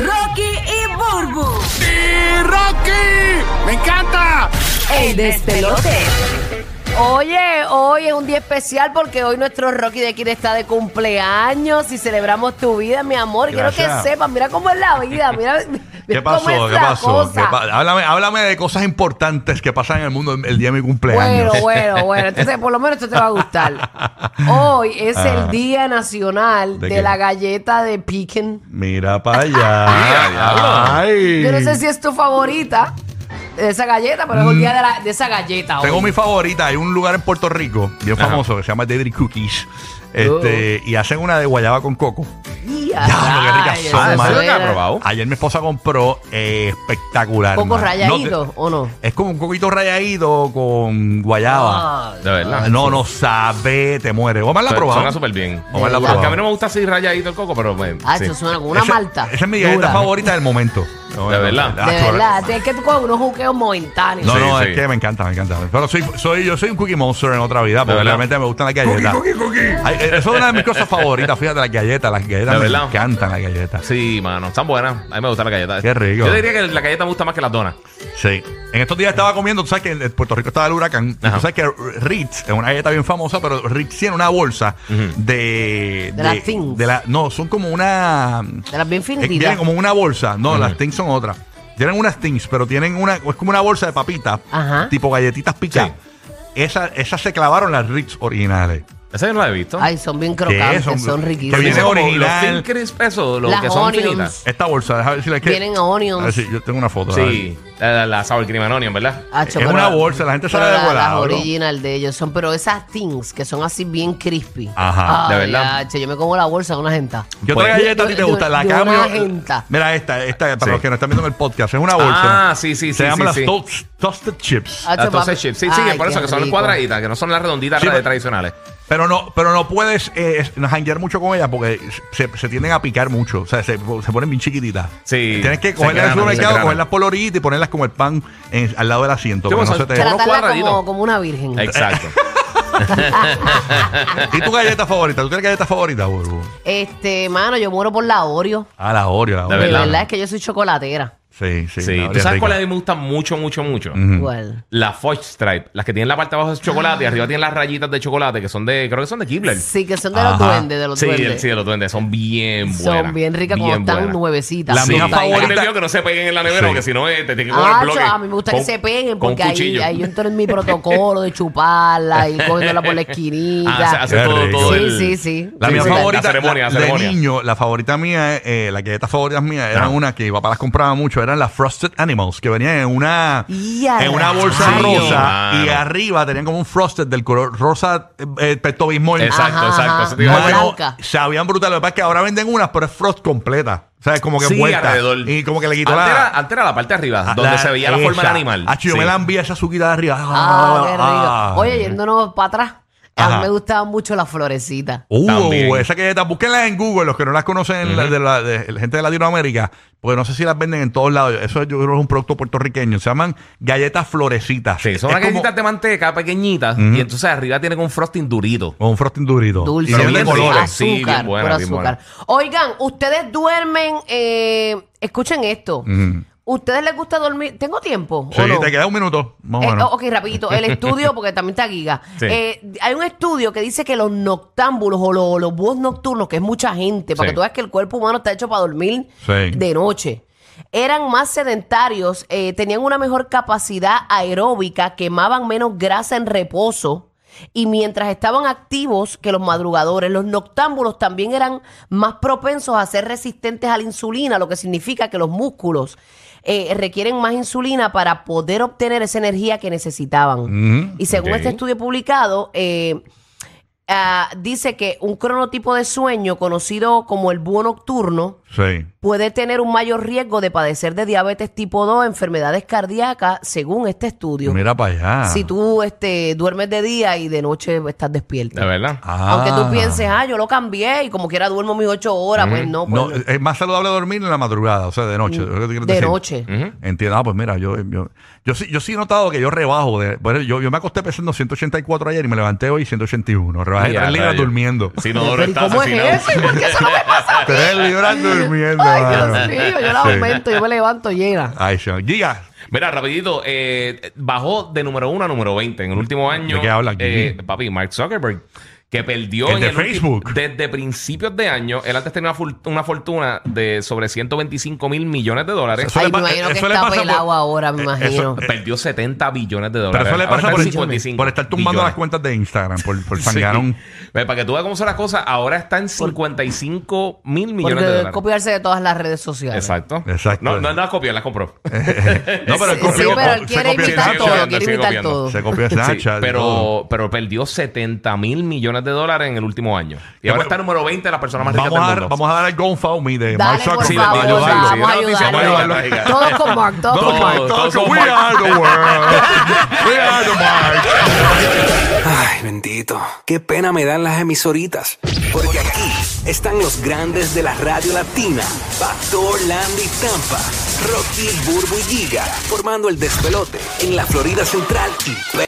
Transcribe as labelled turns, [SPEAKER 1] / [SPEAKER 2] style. [SPEAKER 1] Rocky y Burbu.
[SPEAKER 2] ¡Sí, Rocky! ¡Me encanta!
[SPEAKER 1] El despelote.
[SPEAKER 3] Oye, hoy es un día especial porque hoy nuestro Rocky de Kid está de cumpleaños y celebramos tu vida, mi amor. Quiero
[SPEAKER 4] Gracias.
[SPEAKER 3] que sepas, mira cómo es la vida, mira, mira
[SPEAKER 4] ¿Qué
[SPEAKER 3] cómo
[SPEAKER 4] pasó?
[SPEAKER 3] es
[SPEAKER 4] ¿Qué
[SPEAKER 3] la
[SPEAKER 4] pasó? ¿Qué
[SPEAKER 3] cosa.
[SPEAKER 4] pa- háblame, háblame de cosas importantes que pasan en el mundo el día de mi cumpleaños.
[SPEAKER 3] Bueno, bueno, bueno. Entonces, por lo menos esto te va a gustar. Hoy es el Día Nacional
[SPEAKER 4] Ah. ¿De
[SPEAKER 3] de,
[SPEAKER 4] qué?
[SPEAKER 3] la galleta de Pekin.
[SPEAKER 4] Mira para
[SPEAKER 2] Mira, diablo.
[SPEAKER 4] allá. Ay.
[SPEAKER 3] Yo no sé si es tu favorita de esa galleta, pero es el día de, la- de esa galleta.
[SPEAKER 4] Mm. Tengo
[SPEAKER 3] hoy.
[SPEAKER 4] mi favorita, hay un lugar en Puerto Rico, bien
[SPEAKER 2] Ajá.
[SPEAKER 4] famoso, que se llama Dairy Cookies. Este,
[SPEAKER 3] Oh.
[SPEAKER 4] Y hacen una de guayaba con coco.
[SPEAKER 3] Ya,
[SPEAKER 4] Diablo, qué ricas
[SPEAKER 3] ay,
[SPEAKER 4] son,
[SPEAKER 3] eso
[SPEAKER 4] mano.
[SPEAKER 2] Eso es lo que ha
[SPEAKER 3] suena.
[SPEAKER 2] probado.
[SPEAKER 4] Ayer mi esposa compró eh, espectacular.
[SPEAKER 3] ¿Coco
[SPEAKER 4] mano.
[SPEAKER 3] rayadito
[SPEAKER 4] No te-
[SPEAKER 3] o no?
[SPEAKER 4] es como un coquito rayadito con guayaba.
[SPEAKER 3] Ah,
[SPEAKER 2] De verdad.
[SPEAKER 4] no, no sabe, te muere. Omar la ha
[SPEAKER 2] Su-
[SPEAKER 4] probado.
[SPEAKER 2] Suena súper bien.
[SPEAKER 4] Omar la ha
[SPEAKER 2] Porque a mí
[SPEAKER 4] probado.
[SPEAKER 2] no me gusta así rayadito el coco, pero me.
[SPEAKER 3] ah,
[SPEAKER 2] sí.
[SPEAKER 3] eso suena como una
[SPEAKER 4] Ese-
[SPEAKER 3] malta.
[SPEAKER 4] Esa es mi dieta
[SPEAKER 3] dura.
[SPEAKER 4] favorita del momento. No,
[SPEAKER 2] De
[SPEAKER 4] no,
[SPEAKER 2] verdad.
[SPEAKER 4] no,
[SPEAKER 3] De
[SPEAKER 4] no,
[SPEAKER 3] verdad, es que tú coges unos juqueos momentáneos.
[SPEAKER 4] No,
[SPEAKER 2] Sí,
[SPEAKER 4] no,
[SPEAKER 2] sí.
[SPEAKER 4] es que me encanta, me encanta. Pero soy, soy, yo soy un cookie monster en otra vida, porque
[SPEAKER 2] verdad.
[SPEAKER 4] realmente me gustan las galletas. Ay, eh, eso es una de mis cosas favoritas, fíjate, las galletas, las galletas
[SPEAKER 2] De
[SPEAKER 4] me
[SPEAKER 2] verdad.
[SPEAKER 4] encantan las galletas.
[SPEAKER 2] Sí, mano. Están buenas. A mí me gustan las galletas.
[SPEAKER 4] Qué rico.
[SPEAKER 2] Yo diría que la galleta me gusta más que las donas.
[SPEAKER 4] Sí. En estos días estaba comiendo, tú sabes que en Puerto Rico estaba el huracán. y
[SPEAKER 2] Ajá.
[SPEAKER 4] Tú sabes que Ritz es una galleta bien famosa, pero Ritz tiene una bolsa de,
[SPEAKER 3] De las Things.
[SPEAKER 4] de la- no, son como una.
[SPEAKER 3] De las bien
[SPEAKER 4] Eh,
[SPEAKER 3] finititas.
[SPEAKER 4] tienen como una bolsa. No, las Things son otras. Tienen unas Things, pero tienen una. Es como una bolsa de papitas.
[SPEAKER 3] Ajá.
[SPEAKER 4] Tipo galletitas picadas.
[SPEAKER 2] Sí.
[SPEAKER 4] Esas, esas se clavaron las Ritz originales.
[SPEAKER 2] Esa yo no la he visto.
[SPEAKER 3] Ay, son bien crocantes, son, riquísimos.
[SPEAKER 4] Que viene
[SPEAKER 2] Como
[SPEAKER 4] original.
[SPEAKER 2] Los Thin Crisp, eso, los
[SPEAKER 3] Las
[SPEAKER 2] que son
[SPEAKER 3] Onions.
[SPEAKER 2] finitas.
[SPEAKER 4] Esta bolsa, déjame ver si la que. Ah,
[SPEAKER 3] Vienen onions.
[SPEAKER 4] A ver si yo tengo una foto. a ver.
[SPEAKER 2] Sí, la, la, la sour cream and onion, ¿verdad?
[SPEAKER 3] Hacho,
[SPEAKER 4] Es
[SPEAKER 3] pero-
[SPEAKER 4] una bolsa, la gente sabe
[SPEAKER 3] Ah, pero
[SPEAKER 4] de
[SPEAKER 3] la-
[SPEAKER 4] volado,
[SPEAKER 3] Las
[SPEAKER 4] ¿no?
[SPEAKER 3] original de ellos son, pero esas things que son así bien crispy.
[SPEAKER 4] Ajá,
[SPEAKER 2] de
[SPEAKER 3] Ay,
[SPEAKER 2] verdad.
[SPEAKER 3] hacho, yo me como la bolsa de una genta.
[SPEAKER 4] ¿Qué
[SPEAKER 2] Pues,
[SPEAKER 4] otra galleta a ti
[SPEAKER 3] yo-
[SPEAKER 4] te
[SPEAKER 3] yo-
[SPEAKER 4] gusta? La
[SPEAKER 3] yo
[SPEAKER 4] cambio.
[SPEAKER 3] una genta.
[SPEAKER 4] Mira esta, esta para
[SPEAKER 2] Sí.
[SPEAKER 4] los que no están viendo en el podcast. Es una bolsa.
[SPEAKER 2] Ah, sí, sí,
[SPEAKER 4] Se
[SPEAKER 2] sí,
[SPEAKER 4] llama
[SPEAKER 2] sí,
[SPEAKER 4] las
[SPEAKER 2] sí.
[SPEAKER 4] Toast- Toasted Chips.
[SPEAKER 3] Hacho,
[SPEAKER 2] Las Toasted
[SPEAKER 3] papi.
[SPEAKER 2] chips. Sí, sí,
[SPEAKER 3] ah, Ay,
[SPEAKER 2] por eso
[SPEAKER 3] qué
[SPEAKER 2] que son las
[SPEAKER 3] rico.
[SPEAKER 2] cuadraditas, que no son las redonditas
[SPEAKER 4] Sí,
[SPEAKER 2] las de
[SPEAKER 4] pero-
[SPEAKER 2] tradicionales.
[SPEAKER 4] Pero no, pero no puedes eh, es- janguear mucho con ellas porque se, se tienden a picar mucho. O sea, se, se ponen bien chiquititas.
[SPEAKER 2] Sí.
[SPEAKER 4] Tienes que
[SPEAKER 2] Se
[SPEAKER 4] cogerlas del
[SPEAKER 2] engranan, se
[SPEAKER 4] supermercado,
[SPEAKER 2] engranan.
[SPEAKER 4] cogerlas por la orillita y ponerlas como el pan en- al lado del asiento.
[SPEAKER 2] Sí,
[SPEAKER 4] que
[SPEAKER 2] pues
[SPEAKER 4] no
[SPEAKER 2] son-
[SPEAKER 4] se te-
[SPEAKER 2] Unos
[SPEAKER 3] Tratarla
[SPEAKER 2] cuadraditos.
[SPEAKER 3] como, como una virgen.
[SPEAKER 2] Exacto.
[SPEAKER 4] ¿Y tu galleta favorita? ¿Tú tienes galleta favorita, Burbu?
[SPEAKER 3] Este, mano, yo muero por la Oreo.
[SPEAKER 4] Ah, la Oreo, la
[SPEAKER 2] De
[SPEAKER 3] De
[SPEAKER 4] Oreo.
[SPEAKER 3] verdad,
[SPEAKER 2] verdad.
[SPEAKER 3] es que yo soy chocolatera.
[SPEAKER 4] Sí, sí.
[SPEAKER 2] sí.
[SPEAKER 4] la Oreo
[SPEAKER 2] ¿Tú
[SPEAKER 4] es
[SPEAKER 2] sabes
[SPEAKER 4] rica.
[SPEAKER 2] cuáles a mí me gustan mucho, mucho, mucho?
[SPEAKER 3] Igual.
[SPEAKER 2] Las Fudge Stripe, las que tienen la parte de abajo es chocolate y arriba tienen las rayitas de chocolate, que son de, creo que son de Kibler.
[SPEAKER 3] Sí, que son de los
[SPEAKER 4] Ajá.
[SPEAKER 3] duendes, de los
[SPEAKER 2] Sí,
[SPEAKER 3] duendes.
[SPEAKER 2] el- sí, de los duendes, son bien buenas.
[SPEAKER 3] son bien ricas cuando están
[SPEAKER 2] buenas.
[SPEAKER 3] nuevecitas.
[SPEAKER 4] La
[SPEAKER 2] Sí,
[SPEAKER 3] Son
[SPEAKER 4] mía
[SPEAKER 2] hay
[SPEAKER 3] tan-
[SPEAKER 4] favorita-
[SPEAKER 2] que tener cuidado que no se peguen en la nevera,
[SPEAKER 4] Sí.
[SPEAKER 2] porque si no eh, te tienes que comer
[SPEAKER 3] Ah,
[SPEAKER 2] el bloque.
[SPEAKER 3] yo- a mí me gusta que
[SPEAKER 2] con-
[SPEAKER 3] se peguen
[SPEAKER 2] con
[SPEAKER 3] porque ahí,
[SPEAKER 2] cuchillo.
[SPEAKER 3] ahí yo entro en mi protocolo de chuparla y cogiéndola por la
[SPEAKER 2] Ah,
[SPEAKER 3] esquinita.
[SPEAKER 2] hace, hace
[SPEAKER 4] Qué
[SPEAKER 2] todo,
[SPEAKER 4] rico.
[SPEAKER 2] todo
[SPEAKER 3] Sí,
[SPEAKER 2] el-
[SPEAKER 3] sí, sí.
[SPEAKER 4] La
[SPEAKER 3] Sí,
[SPEAKER 4] mía
[SPEAKER 3] sí, la-
[SPEAKER 4] favorita,
[SPEAKER 2] La ceremonia,
[SPEAKER 4] la-
[SPEAKER 2] la ceremonia.
[SPEAKER 4] de niño, la favorita mía, eh, las galletas favoritas mías eran
[SPEAKER 2] Ah.
[SPEAKER 4] una que mi papá las compraba mucho, eran las Frosted Animals, que venían en una,
[SPEAKER 3] Y a
[SPEAKER 4] en una
[SPEAKER 3] rayos.
[SPEAKER 4] bolsa
[SPEAKER 2] Sí,
[SPEAKER 4] rosa
[SPEAKER 2] mano.
[SPEAKER 4] y arriba tenían como un Frosted del color rosa eh, Pepto Bismol.
[SPEAKER 2] Exacto,
[SPEAKER 3] Ajá,
[SPEAKER 2] exacto.
[SPEAKER 3] ajá.
[SPEAKER 2] Eso te iba a
[SPEAKER 3] la
[SPEAKER 2] decir.
[SPEAKER 4] Bueno,
[SPEAKER 3] blanca.
[SPEAKER 4] sabían brutal. Lo que pasa es que ahora venden unas, pero es Frost completa. O sea, es como que
[SPEAKER 2] Sí,
[SPEAKER 4] vuelta.
[SPEAKER 2] alrededor.
[SPEAKER 4] Y como que le quitó
[SPEAKER 2] Antes era,
[SPEAKER 4] la. Ah,
[SPEAKER 2] antes era la parte de arriba,
[SPEAKER 4] la-
[SPEAKER 2] donde se veía la forma del
[SPEAKER 4] esa.
[SPEAKER 2] animal.
[SPEAKER 4] Ah, yo
[SPEAKER 2] Sí.
[SPEAKER 4] me la envía esa suquita de arriba.
[SPEAKER 3] Ah, qué rico.
[SPEAKER 4] Ah.
[SPEAKER 3] Oye, yéndonos para atrás, a
[SPEAKER 4] Ajá.
[SPEAKER 3] mí me gustaban mucho las florecitas.
[SPEAKER 4] Uh,
[SPEAKER 2] También.
[SPEAKER 4] esa galleta, búsquenlas en Google, los que no las conocen, la- de la de- la gente de Latinoamérica, porque no sé si las venden en todos lados. Eso yo creo que es un producto puertorriqueño. Se llaman galletas florecitas.
[SPEAKER 2] Sí, son
[SPEAKER 4] Es
[SPEAKER 2] unas
[SPEAKER 4] como-
[SPEAKER 2] galletitas de manteca pequeñitas y entonces arriba tiene un frosting durito.
[SPEAKER 4] o un frosting durito.
[SPEAKER 3] Dulce,
[SPEAKER 4] Y son de
[SPEAKER 2] bien
[SPEAKER 4] colores.
[SPEAKER 3] azúcar,
[SPEAKER 2] Sí, bien buena,
[SPEAKER 3] puro
[SPEAKER 2] bien
[SPEAKER 3] azúcar. Oigan, ustedes duermen, eh, escuchen esto. ¿Ustedes les gusta dormir? ¿Tengo tiempo?
[SPEAKER 4] Sí,
[SPEAKER 3] o no?
[SPEAKER 4] te queda un minuto, más
[SPEAKER 3] Eh,
[SPEAKER 4] o menos.
[SPEAKER 3] ok, rapidito. El estudio, porque también está Giga.
[SPEAKER 2] Sí.
[SPEAKER 3] Eh, hay un estudio que dice que los noctámbulos o los, los búhos nocturnos, que es mucha gente, para
[SPEAKER 2] Sí.
[SPEAKER 3] que tú veas que el cuerpo humano está hecho para dormir
[SPEAKER 4] Sí.
[SPEAKER 3] de noche, eran más sedentarios, eh, tenían una mejor capacidad aeróbica, quemaban menos grasa en reposo. Y mientras estaban activos que los madrugadores, los noctámbulos también eran más propensos a ser resistentes a la insulina, lo que significa que los músculos eh, requieren más insulina para poder obtener esa energía que necesitaban. y según
[SPEAKER 2] ok.
[SPEAKER 3] este estudio publicado, eh, ah, dice que un cronotipo de sueño conocido como el búho nocturno
[SPEAKER 4] Sí.
[SPEAKER 3] puede tener un mayor riesgo de padecer de diabetes tipo 2, enfermedades cardíacas, según este estudio.
[SPEAKER 4] Mira para allá.
[SPEAKER 3] Si tú este, duermes de día y de noche estás despierto.
[SPEAKER 2] De verdad.
[SPEAKER 4] Ah.
[SPEAKER 3] Aunque tú pienses, ah, yo lo cambié y como quiera duermo mis ocho horas, pues no, pues
[SPEAKER 4] Mm. No,
[SPEAKER 3] no.
[SPEAKER 4] es más saludable dormir en la madrugada, o sea, de noche. es lo que te quiero
[SPEAKER 3] de
[SPEAKER 4] decir.
[SPEAKER 3] noche.
[SPEAKER 4] Entiendo, ah, pues mira, yo, yo, yo, sí, yo sí he notado que yo rebajo. De, bueno, yo, yo me acosté pesando 184 ayer y me levanté hoy 181. bajé
[SPEAKER 2] Ya,
[SPEAKER 4] tres libras
[SPEAKER 2] rayo.
[SPEAKER 4] durmiendo.
[SPEAKER 2] Si no, no
[SPEAKER 3] Pero, ¿y
[SPEAKER 2] estás
[SPEAKER 3] cómo es eso? ¿Y
[SPEAKER 2] asesinado.
[SPEAKER 3] por qué eso no me pasa a mí?
[SPEAKER 4] Tres libras durmiendo. mano.
[SPEAKER 3] Ay, Dios mío, yo la
[SPEAKER 4] Ah. Sí.
[SPEAKER 3] aumento, yo me levanto llena.
[SPEAKER 4] Ay, Sean. Giga.
[SPEAKER 2] Mira, rapidito, eh, bajó de número uno a número 20 en el último año.
[SPEAKER 4] ¿De qué hablas,
[SPEAKER 2] eh,
[SPEAKER 4] Gigi?
[SPEAKER 2] papi, Mark Zuckerberg, que perdió
[SPEAKER 4] ¿El de
[SPEAKER 2] ulti-
[SPEAKER 4] Facebook?
[SPEAKER 2] desde principios de año. Él antes tenía una, ful- una fortuna de sobre 125 mil millones de dólares.
[SPEAKER 4] Eso
[SPEAKER 3] Ay,
[SPEAKER 4] le
[SPEAKER 3] me
[SPEAKER 4] pa-
[SPEAKER 3] imagino que
[SPEAKER 4] eso le
[SPEAKER 3] está
[SPEAKER 4] pasa por-
[SPEAKER 3] pelado ahora, me
[SPEAKER 4] Eh,
[SPEAKER 3] imagino.
[SPEAKER 4] eso-
[SPEAKER 2] perdió 70 billones de dólares.
[SPEAKER 4] Pero eso le
[SPEAKER 2] Ahora
[SPEAKER 4] pasa
[SPEAKER 2] está en
[SPEAKER 4] por,
[SPEAKER 2] 55
[SPEAKER 4] por estar tumbando
[SPEAKER 2] billones.
[SPEAKER 4] las cuentas de Instagram, por, por
[SPEAKER 2] Sí.
[SPEAKER 4] sangarón.
[SPEAKER 2] Ve, Para que tú veas cómo son las cosas, ahora está en 55 mil millones
[SPEAKER 3] Porque
[SPEAKER 2] de
[SPEAKER 3] debe
[SPEAKER 2] dólares.
[SPEAKER 3] copiarse de todas las redes sociales.
[SPEAKER 2] Exacto.
[SPEAKER 4] Exacto.
[SPEAKER 2] No, no, no las copió, las compró.
[SPEAKER 4] No, pero él
[SPEAKER 3] Sí,
[SPEAKER 4] copió-
[SPEAKER 3] sí, pero él
[SPEAKER 4] se
[SPEAKER 3] quiere
[SPEAKER 4] copió
[SPEAKER 3] imitar
[SPEAKER 4] Snapchat.
[SPEAKER 2] copiando,
[SPEAKER 3] todo, quiere
[SPEAKER 2] sigue
[SPEAKER 3] imitar
[SPEAKER 2] copiando.
[SPEAKER 3] todo.
[SPEAKER 4] Se copió
[SPEAKER 2] Sí,
[SPEAKER 4] Snapchat. todo.
[SPEAKER 2] pero, pero perdió 70 mil millones de dólares en el último año. Y
[SPEAKER 4] Que
[SPEAKER 2] ahora
[SPEAKER 4] bueno,
[SPEAKER 2] está número 20 de las personas más ricas
[SPEAKER 4] Vamos a,
[SPEAKER 2] del
[SPEAKER 4] dar,
[SPEAKER 2] mundo.
[SPEAKER 4] vamos a dar el GoFundMe de Mark
[SPEAKER 3] Dale, por
[SPEAKER 4] Zuckerberg.
[SPEAKER 2] Sí,
[SPEAKER 3] favor, vamos a
[SPEAKER 2] ayudarlo, sí, sí,
[SPEAKER 3] ayudarlo.
[SPEAKER 2] vamos a ayudarlo.
[SPEAKER 3] Todos con Mark, todos con Mark.
[SPEAKER 2] Todos,
[SPEAKER 4] Todos
[SPEAKER 2] son
[SPEAKER 4] we
[SPEAKER 2] Mark.
[SPEAKER 4] are the world. We are the Mark.
[SPEAKER 5] Ay, bendito. Qué pena me dan las emisoritas. Porque aquí están los grandes de la radio latina. Pastor, Landy y Tampa. Rocky, Burbu y Giga. Formando el despelote en la Florida Central y